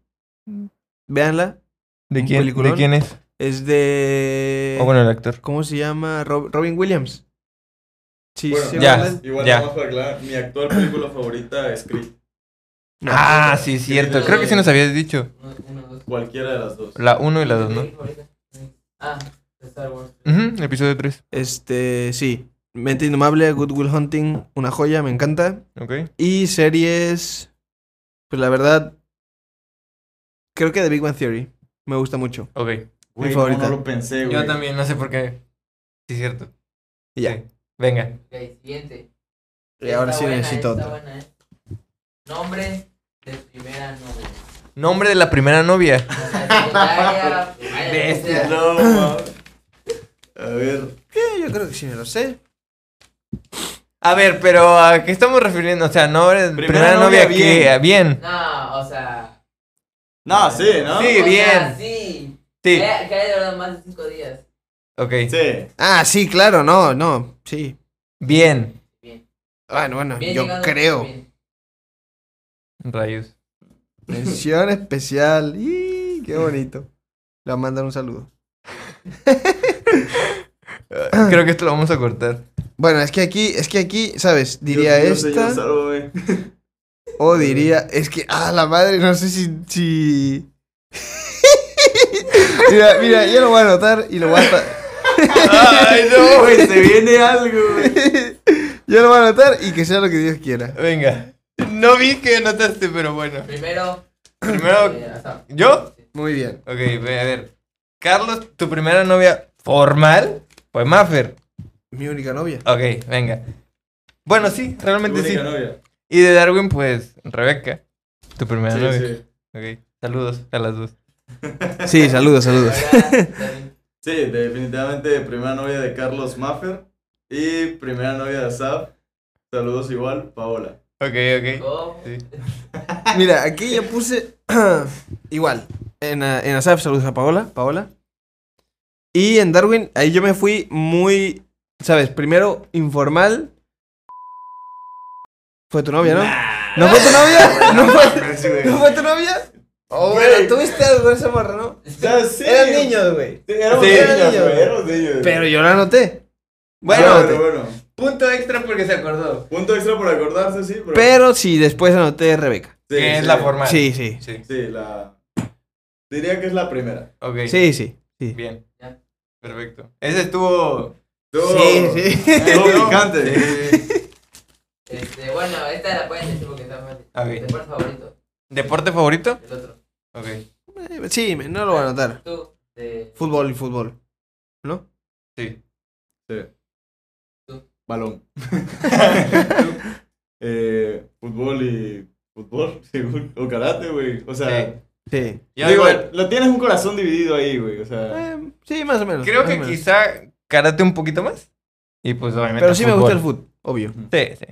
Véanla. ¿De Un quién, ¿De peliculón. quién es? Es de. O bueno, el actor. ¿Cómo se llama? Rob- Robin Williams. Sí, Bueno, sí, ya. ¿verdad? Igual Ya. vamos a aclarar, mi actual película favorita es Creed. No. ah, sí, es cierto. Creo que sí nos habías dicho. Uno, uno, dos. Cualquiera de las dos. La 1 y la 2, ¿no? ¿Mi favorita? Ah, de Star Wars. Ujú, episodio 3. Este, sí. Mente Indomable, Good Will Hunting, una joya, me encanta. Ok. Y series. Pues la verdad. Creo que The Big Bang Theory. Me gusta mucho. Ok. Güey, mi no, favorita. No, lo pensé, güey. Yo también, no sé por qué. Sí, es cierto. Y ya. Sí. Venga. Ok, siguiente. Eh, Y ahora Está sí buena, necesito está otra. buena, eh. Nombre de primera novia. Nombre de la primera novia. O sea, secundaria, primaria, Bestia. o sea, No, mames. A ver. Eh, yo creo que sí me lo sé. A ver, pero ¿a qué estamos refiriendo? O sea, no primera, novia, novia que bien. No, o sea. No, sí, ¿no? Sí. o bien. Sea, sí. Sí. Que, que haya durado más de cinco días. Ok. Sí. Ah, sí, claro, no, no. Sí. Bien. Bien. Bueno, bueno, Bien yo llegado, creo. bien. Rayos. Mención especial. ¡Y qué bonito! Le voy a mandar un saludo. Creo que esto lo vamos a cortar. Bueno, es que aquí, es que aquí, ¿sabes? Diría Yo- yo sé, esta yo salvo, güey. o diría. Es que, ah, la madre, no sé si. si... mira, mira, yo lo voy a anotar y lo voy a ta- Ay, no, güey, se viene algo, güey. Yo lo voy a anotar y que sea lo que Dios quiera. Venga. No vi que anotaste, pero bueno. Primero. eh, Primero, hasta- ¿yo? Muy bien. Ok, ve, a ver. Carlos, tu primera novia formal fue Maffer. Mi única novia. Ok, venga. Bueno, sí, realmente sí. Única novia. Y de Darwin, pues, Rebeca. Tu primera Sí, novia. sí. Ok, saludos a las dos. Sí, saludos, saludos. Ahora, Sí, definitivamente primera novia de Carlos Maffer y primera novia de Asaf. Saludos igual, Paola. Ok, también, ok. oh, Sí. Mira, aquí yo puse igual. En, eh, en ASAP, saludos a Paola, Paola. Y en Darwin, ahí yo me fui muy, ¿sabes? Primero, informal. Fue tu novia, ¿no? ¿No fue tu novia? ¿No fue, ¿no fue tu novia? Oh, Güey. bueno, tuviste algo con esa morra, ¿no? Ya, sí. Eran niños, güey. Sí, éramos Sí. niños, Eran niños, güey, güey. éramos niños. Pero yo la anoté. Bueno, Yo la pero anoté. bueno. Punto extra porque se acordó. Punto extra por acordarse, sí, pero. Pero sí, después anoté a Rebeca. Sí, que es sí. la formal. Sí, sí. Sí. Sí, la. Diría que es la primera. Ok. Sí, sí. sí. Bien. Ya. Perfecto. Ese estuvo. Estuvo- Sí, sí. estuvo picante. Sí. Este, bueno, esta la pueden decir porque está fácil. Ok. Deporte favorito. ¿Deporte favorito? El otro. Ok. Eh, Sí, me- no lo voy a anotar. Tú. De... Fútbol y fútbol. ¿No? Sí. Balón. eh, fútbol y. Fútbol, seguro. O karate, güey. O sea. Sí. Sí. Yo digo, igual. lo tienes un corazón dividido ahí, güey. O sea. Eh, sí, más o menos. Creo más o que menos. quizá karate un poquito más. Y pues obviamente. Pero sí me gusta el fútbol, obvio. Sí, sí.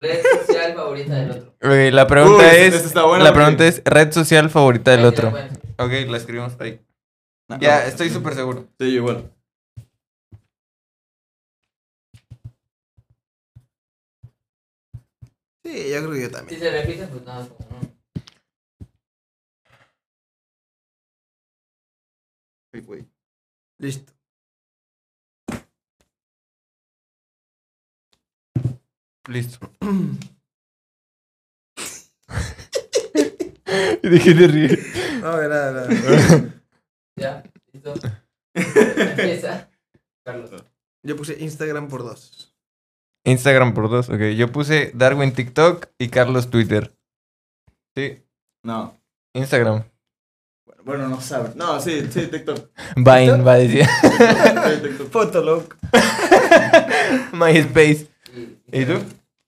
Red social favorita del otro. Ok, la pregunta Uy, es. esta está buena la porque- pregunta es red social favorita del Ahí sí la otro. pueden decir. Ok, la escribimos ahí. Ah, No, Ya, no. estoy súper seguro. Sí, igual. Sí, yo creo que yo Si también. se repite, pues nada, como no. Ay, güey. Listo. Listo. y dejé de reír. No, de nada, de nada. Ya, listo. Empieza. Carlos. Yo puse Instagram por dos. Instagram por dos, ok. Yo puse Darwin TikTok y Carlos Twitter. Sí, No. Instagram. Bueno, no sabe. No, sí, sí, TikTok. Vine, va a decir. Sí, TikTok. Fotolog. MySpace. Y, ¿Y tú?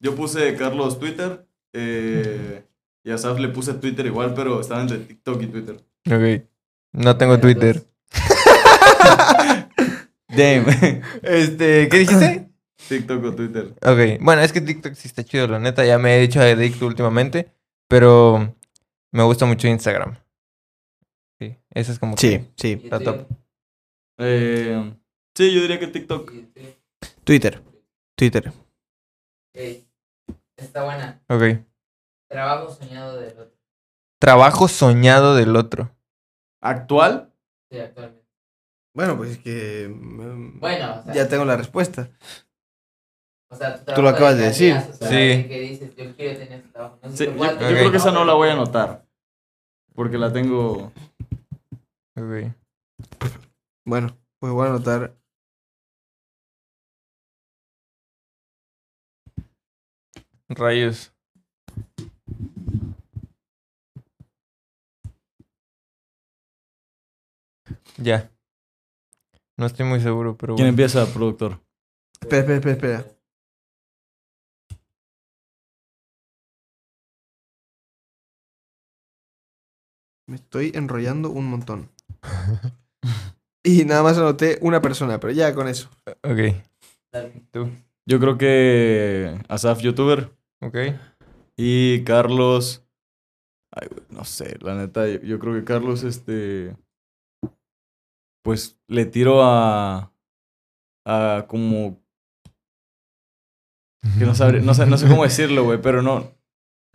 Yo puse Carlos Twitter. Eh, y a Saf le puse Twitter igual, pero estaba entre TikTok y Twitter. Ok. No tengo Twitter. Damn. Este, ¿qué dijiste? TikTok o Twitter. Ok. Bueno, es que TikTok sí está chido, la neta. Ya me he dicho adicto últimamente. Pero me gusta mucho Instagram. Sí, eso es como. que- sí. Está top. Eh, sí, yo diría que TikTok. Twitter. Twitter. Está buena. Ok. Trabajo soñado del otro. Trabajo soñado del otro. ¿Actual? Sí, actualmente. Bueno, pues es que. mm, Bueno, o sea, Ya tengo la respuesta. o sea, tu tú lo trabajo acabas de calidad, decir. o sea, Sí. Que dices, yo quiero tener ese trabajo. No sé Sí, tú yo, cuál, yo pero Ok. creo que esa no la voy a anotar. Porque la tengo. Ok. Bueno, pues voy a anotar. Rayos. Ya. No estoy muy seguro, pero bueno. empieza, productor? Espera, espera, espera, espera. Me estoy enrollando un montón. y nada más anoté una persona, pero ya con eso. Ok. Darwin. Yo creo que. Asaf, youtuber. Ok. Y Carlos. Ay, güey, no sé, la neta, yo, yo creo que Carlos, este. Pues le tiro a. A como. Que no, sabré- no, sé, no sé cómo decirlo, güey, pero no.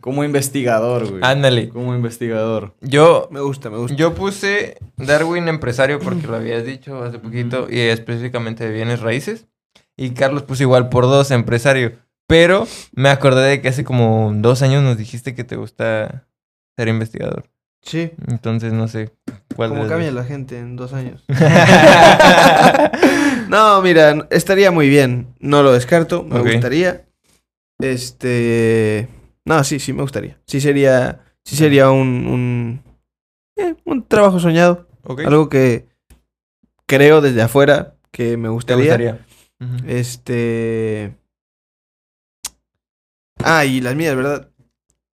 Como investigador, güey. Ah, Ándale. Como investigador. Yo, Me gusta, me gusta. yo puse Darwin empresario porque lo habías dicho hace poquito y específicamente de bienes raíces. Y Carlos puso igual por dos empresario. Pero me acordé de que hace como dos años nos dijiste que te gusta ser investigador. Sí. Entonces no sé cuál Como de las cambia dos. la gente en dos años. no, mira, n- estaría muy bien. No lo descarto, me Ok. gustaría. Este. No, sí, sí, me gustaría. Sí sería. Sí sería un. un, eh, un trabajo soñado. Ok. Algo que creo desde afuera que me gustaría. Ujú. Este. Ah, y las mías, ¿verdad?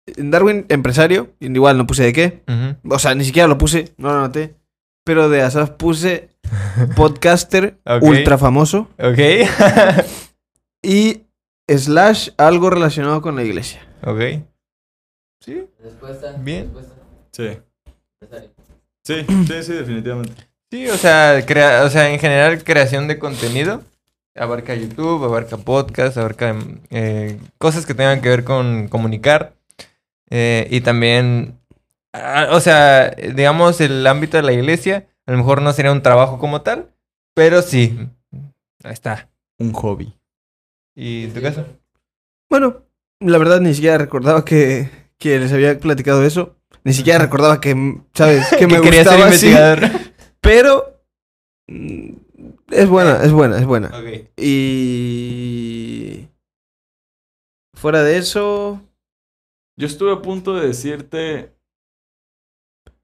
En Darwin, empresario. Igual no puse de qué. Ujú. O sea, ni siquiera lo puse, no lo noté. Pero de Asaf puse podcaster Ok. ultra famoso Eh. Ok. y slash algo relacionado con la iglesia. ok. Sí. Respuesta. Bien. Respuesta. Sí. Empresario. Sí, sí, sí, definitivamente. Sí, o sea, crea- o sea, en general creación de contenido. Abarca YouTube, abarca podcast, abarca mm, eh, cosas que tengan que ver con comunicar. Eh, y también, ah, o sea, eh, digamos, el ámbito de la iglesia, a lo mejor no sería un trabajo como tal, pero sí. Ahí está. Un hobby. ¿Y en tu caso? Bueno, la verdad ni siquiera recordaba que, que les había platicado eso. Ni siquiera recordaba que, ¿sabes? Que me querías gustaba así. investigador. Pero mm, es buena, es buena, es buena. Ok. Y... Fuera de eso... Yo estuve a punto de decirte.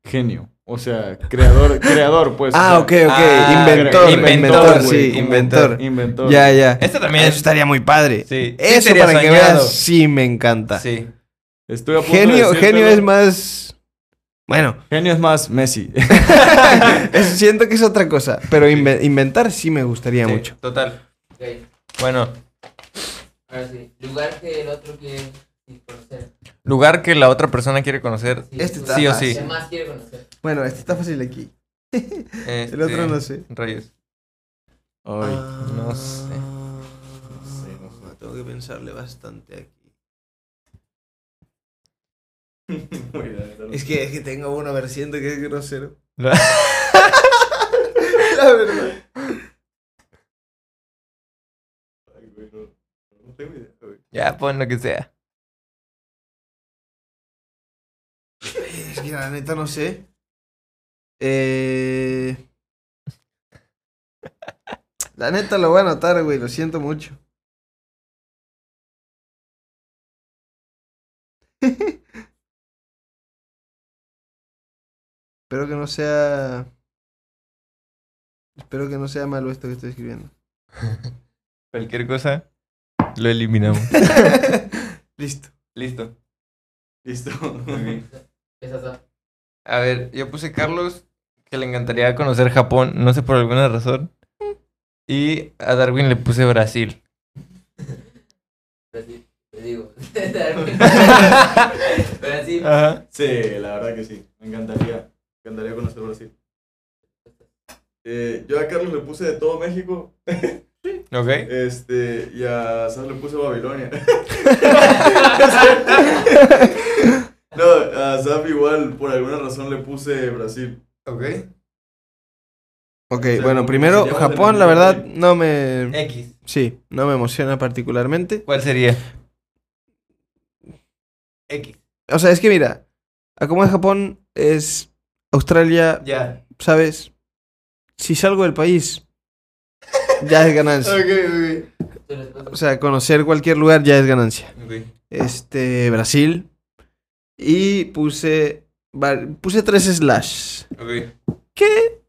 Genio. O sea, creador, creador, pues. o Ah, sea, ok, ok. Ah, inventor, creo. inventor, Inventor, sí, güey, inventor. Inventor. Ya, ya. Esto también Eso estaría muy padre. Sí. Eso sería para que soñado. veas, sí me encanta. Sí. Estoy a punto Genio, de genio decírtelo. es más. Bueno, Genio es más Messi. es- siento que es otra cosa, pero inve- inventar sí me gustaría sí, mucho. Total. Ok, Bueno, ahora sí. Lugar que el otro quiere conocer. lugar que la otra persona quiere conocer. Este está Sí o fácil. sí. ¿Qué más quiere conocer? Bueno, este está fácil aquí. Este, El otro no sé. Rayos. Ay. no sé. sé, no sé. Ah. Tengo que pensarle bastante aquí. Es que, es que tengo uno, a ver, siento que es grosero. la verdad. Ay, güey, no. No tengo idea, güey. Ya, pon lo que sea. Es que la neta no sé. Eh... La neta lo voy a anotar, güey. Lo siento mucho. Espero que no sea... Espero que no sea malo esto que estoy escribiendo. Cualquier cosa, lo eliminamos. Listo. Listo. Listo. Esas son. A ver, yo puse Carlos que le encantaría conocer Japón, no sé por alguna razón. Y a Darwin le puse Brasil. Brasil, te digo. Brasil. Ajá. Sí, la verdad que sí. Me encantaría. Me encantaría conocer Brasil. Eh, yo a Carlos le puse de todo México. Ok. Este, y a Sam le puse Babilonia. no, a Sam igual, por alguna razón le puse Brasil. Ok. Ok, sea, bueno, como primero, que seríamos Japón, el la mismo verdad, país. no me... X. Sí, no me emociona particularmente. ¿Cuál sería? X. O sea, es que mira, a como es Japón, es Australia, Ya. ¿sabes? Si salgo del país, ya es ganancia. Ok, Tu respuesta. O sea, conocer cualquier lugar ya es ganancia. ok. okay. Este, Brasil. Y puse, va- puse tres slash. Ok. Que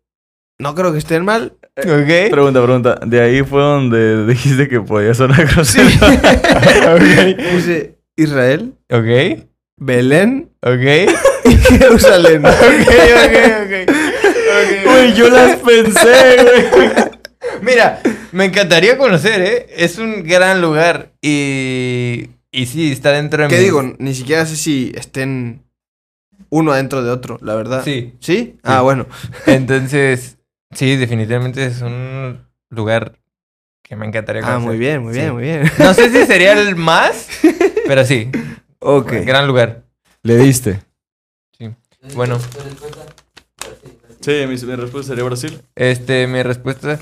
no creo que estén mal. Ok. Pregunta, pregunta. De ahí fue donde dijiste que podía sonar grosero. Puse Israel, Ok. Belén Ok. y Jerusalén. ok, ok. Güey, yo las pensé, güey. Mira, me encantaría conocer, ¿eh? Es un gran lugar y. Y sí, está dentro de ¿Qué mis- digo? Ni siquiera sé si estén uno adentro de otro, la verdad. Sí. ¿Sí? Ah, bueno. Entonces, sí, definitivamente es un lugar que me encantaría conocer. Ah, muy bien, muy bien, Sí. muy bien. No sé si sería el más, pero sí, Ok. gran lugar. Le diste. Tu bueno. respuesta, Brasil, Brasil. Sí, mi, mi respuesta sería Brasil. Este, mi respuesta,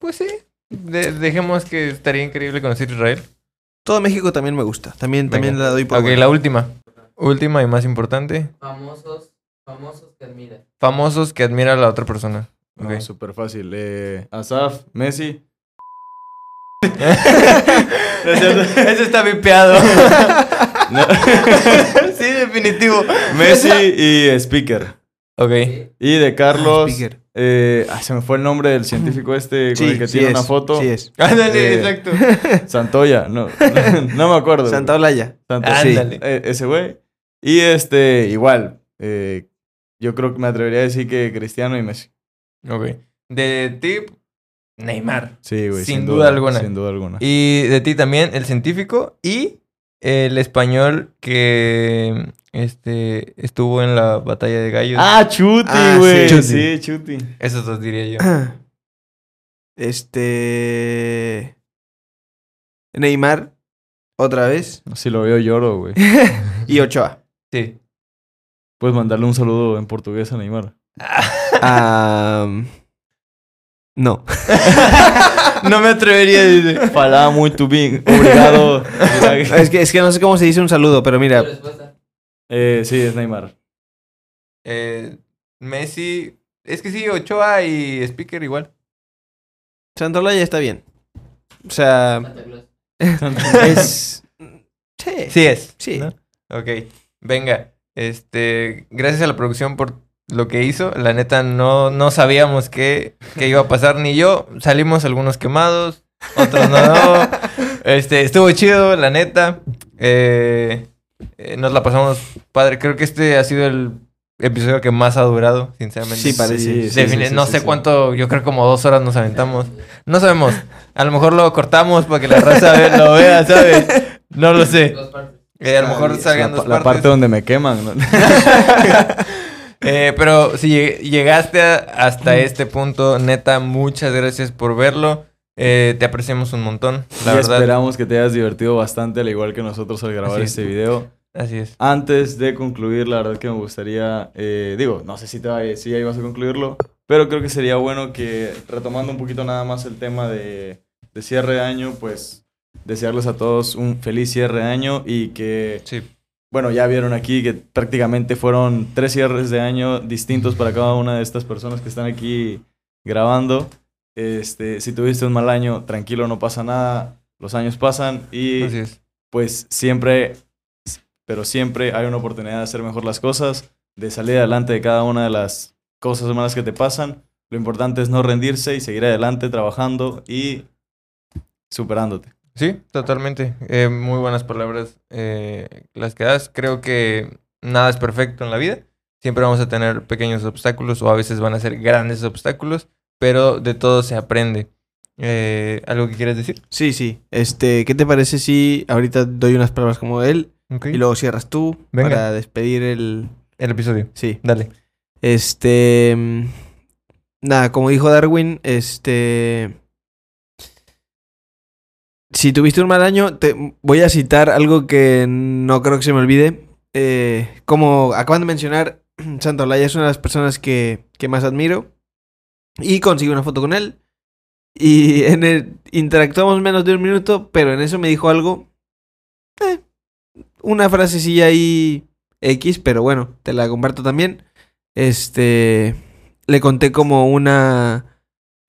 pues sí. de- dejemos que estaría increíble conocer Israel. Todo México también me gusta. También, también Venga. la doy por Ok, buena. la última. Última y más importante. Famosos, famosos que admiras. Famosos que admira a la otra persona. Ok. No, súper fácil. Eh, Asaf, Messi. No es cierto. Eso está vipeado. No. sí, definitivo. Messi y Speaker. Ok. ¿sí? Y de Carlos. Speaker. eh, ay, se me fue el nombre del científico este con el que tiene es, una foto. Sí es. Ándale, Eh, exacto. Santoya, no, no me acuerdo. Santa Olaya. Santoya. sí. Ándale. Eh, ese güey. Y este, igual. eh, yo creo que me atrevería a decir que Cristiano y Messi. Ok. De tip, Neymar. Sí, güey. Sin duda alguna. Sin duda alguna. Y de ti también, el científico y el español que este estuvo en la batalla de gallos. Ah, Chuti, Ah, güey. sí. sí, Chuti. Esos dos diría yo. Este. Neymar. Otra vez. Si lo veo lloro, güey. Y Ochoa. Sí. Puedes mandarle un saludo en portugués a Neymar. Am, no. no me atrevería a decir. Falaba muy tu bien. Obrigado. Es que, es que no sé cómo se dice un saludo, pero Tu mira. respuesta. Eh, sí, es Neymar. Eh, Messi. Es que sí, Ochoa y Speaker igual. Santa Olaya está bien. O sea, Santa Claus. es. Sí. Sí es. Sí. ¿no? Ok, venga. Este, gracias a la producción por lo que hizo. La neta, no, no sabíamos qué, qué iba a pasar ni yo. Salimos algunos quemados, otros no. no. Este, estuvo chido, la neta. Eh, eh, nos la pasamos padre. Creo que este ha sido el episodio que más ha durado, sinceramente. Sí, parece. Defini- no sé cuánto, yo creo como dos horas nos aventamos. No sabemos. A lo mejor lo cortamos para que la raza ve- lo vea, ¿sabes? No lo sé. Dos partes. Eh, a lo Ah, mejor bien. salgan la, dos la parte partes. donde me queman. ¿no? Eh, pero si lleg- llegaste a- hasta este punto, neta, muchas gracias por verlo. Eh, te apreciamos un montón, la y verdad. esperamos que te hayas divertido bastante, al igual que nosotros al grabar Así es. este video. Así es. Antes de concluir, la verdad que me gustaría, eh, digo, no sé si, te va, si ya ibas a concluirlo, Pero creo que sería bueno que, retomando un poquito nada más el tema de, de cierre de año, pues desearles a todos un feliz cierre de año y que, Sí. bueno, ya vieron aquí que prácticamente fueron tres cierres de año distintos para cada una de estas personas que están aquí grabando. Este, si tuviste un mal año, tranquilo, no pasa nada. Los años pasan y Así es. pues siempre, pero siempre hay una oportunidad de hacer mejor las cosas, de salir adelante de cada una de las cosas malas que te pasan. Lo importante es no rendirse y seguir adelante trabajando y superándote. Sí, totalmente. Eh, muy buenas palabras eh, las que das. Creo que nada es perfecto en la vida. Siempre vamos a tener pequeños obstáculos o a veces van a ser grandes obstáculos, pero de todo se aprende. Eh, ¿Algo que quieres decir? Sí, sí. Este, ¿qué te parece si ahorita doy unas palabras como él Ok. y luego cierras tú Venga. para despedir el... El episodio. Sí. Dale. Este. mm, Nada, como dijo Darwin, este. Si tuviste un mal año, te voy a citar algo que no creo que se me olvide. Eh, como acaban de mencionar, Santolaya es una de las personas que, que más admiro. Y conseguí una foto con él. Y en el- interactuamos menos de un minuto, pero en eso me dijo algo. eh, una frasecilla ahí X, pero bueno, te la comparto también este le conté como una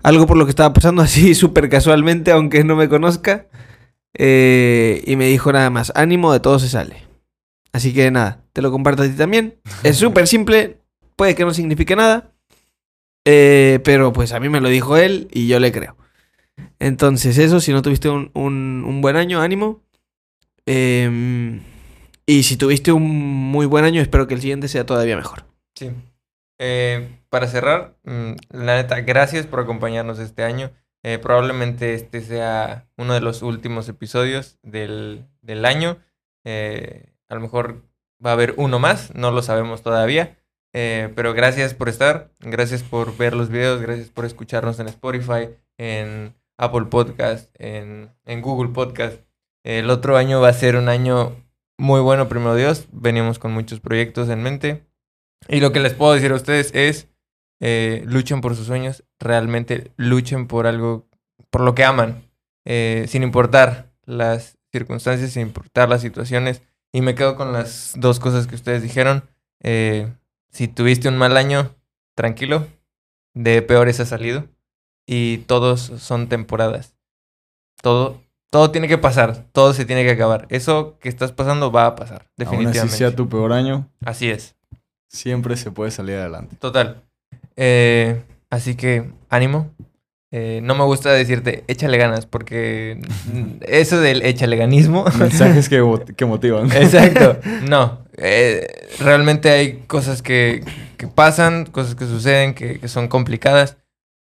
algo por lo que estaba pasando así súper casualmente aunque no me conozca eh, y me dijo nada más ánimo de todo se sale así que nada te lo comparto a ti también es súper simple puede que no signifique nada eh, pero pues a mí me lo dijo él y yo le creo entonces eso si no tuviste un, un- un buen año ánimo Em, y si tuviste un muy buen año espero que el siguiente sea todavía mejor Sí. Eh, para cerrar, mm, la neta, gracias por acompañarnos este año. Eh, probablemente este sea uno de los últimos episodios del, del año. Eh, a lo mejor va a haber uno más, no lo sabemos todavía. Eh, pero gracias por estar, gracias por ver los videos, gracias por escucharnos en Spotify, en Apple Podcast, en, en Google Podcast. El otro año va a ser un año muy bueno, primero Dios. Venimos con muchos proyectos en mente. Y lo que les puedo decir a ustedes es, eh, luchen por sus sueños, realmente luchen por algo, por lo que aman, eh, sin importar las circunstancias, sin importar las situaciones. Y me quedo con las dos cosas que ustedes dijeron. Eh, si tuviste un mal año, tranquilo, de peores ha salido. Y todos son temporadas. Todo, todo tiene que pasar, todo se tiene que acabar. Eso que estás pasando va a pasar, definitivamente. Aún así sea tu peor año, así es. siempre se puede salir adelante. Total. Eh, así que, ánimo. Eh, no me gusta decirte échale ganas, porque mm, eso del échaleganismo. Mensajes que, mo- que motivan. Exacto. No. eh, realmente hay cosas que, que pasan, cosas que suceden, que, que son complicadas.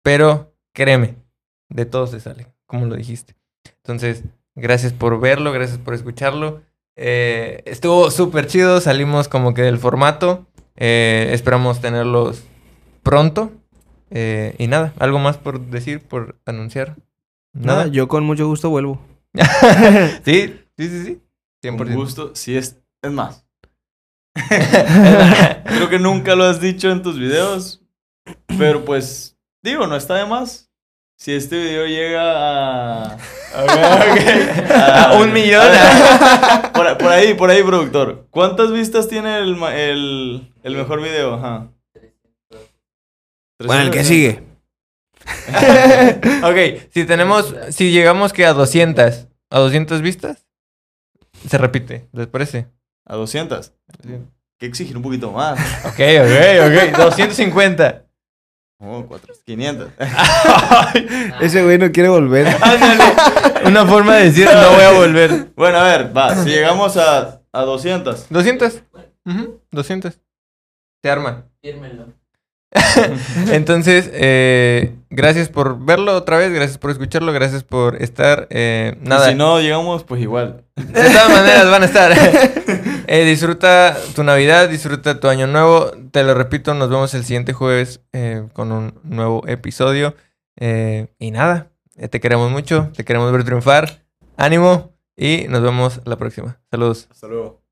Pero créeme, de todo se sale, como lo dijiste. Entonces, gracias por verlo, gracias por escucharlo. Eh, estuvo súper chido, salimos como que del formato. Eh, esperamos tenerlos pronto. Eh, y nada, algo más por decir, por anunciar. Nada, Nada. yo con mucho gusto vuelvo. sí, sí, sí, sí. 100%. Un gusto, si es... Es más. Creo que nunca lo has dicho en tus videos, pero pues, digo, no está de más. Si este video llega a... Ah, A un millón. a- por, por ahí, por ahí, productor. ¿Cuántas vistas tiene el, ma- el, el mejor video? Ajá. Bueno, el que sigue. ok, si tenemos, si llegamos que a 200, a 200 vistas, se repite, ¿les parece? A 200. Que exigir un poquito más. Ok, ok, ok, 250. Oh, cuatro- 500. Ah, Ese güey no quiere volver. Una forma de decir, no voy a volver. Bueno, a ver, va. Si llegamos a, a 200. 200. Ujú, 200. Se arma. Fírmelo. Entonces, eh, gracias por verlo otra vez, gracias por escucharlo, gracias por estar. eh, nada. Y si no llegamos, pues igual. De todas maneras van a estar. Eh, disfruta tu Navidad, disfruta tu Año Nuevo. Te lo repito, nos vemos el siguiente jueves eh, con un nuevo episodio. Eh, y nada, eh, te queremos mucho, te queremos ver triunfar. Ánimo y nos vemos la próxima. Saludos. Hasta luego.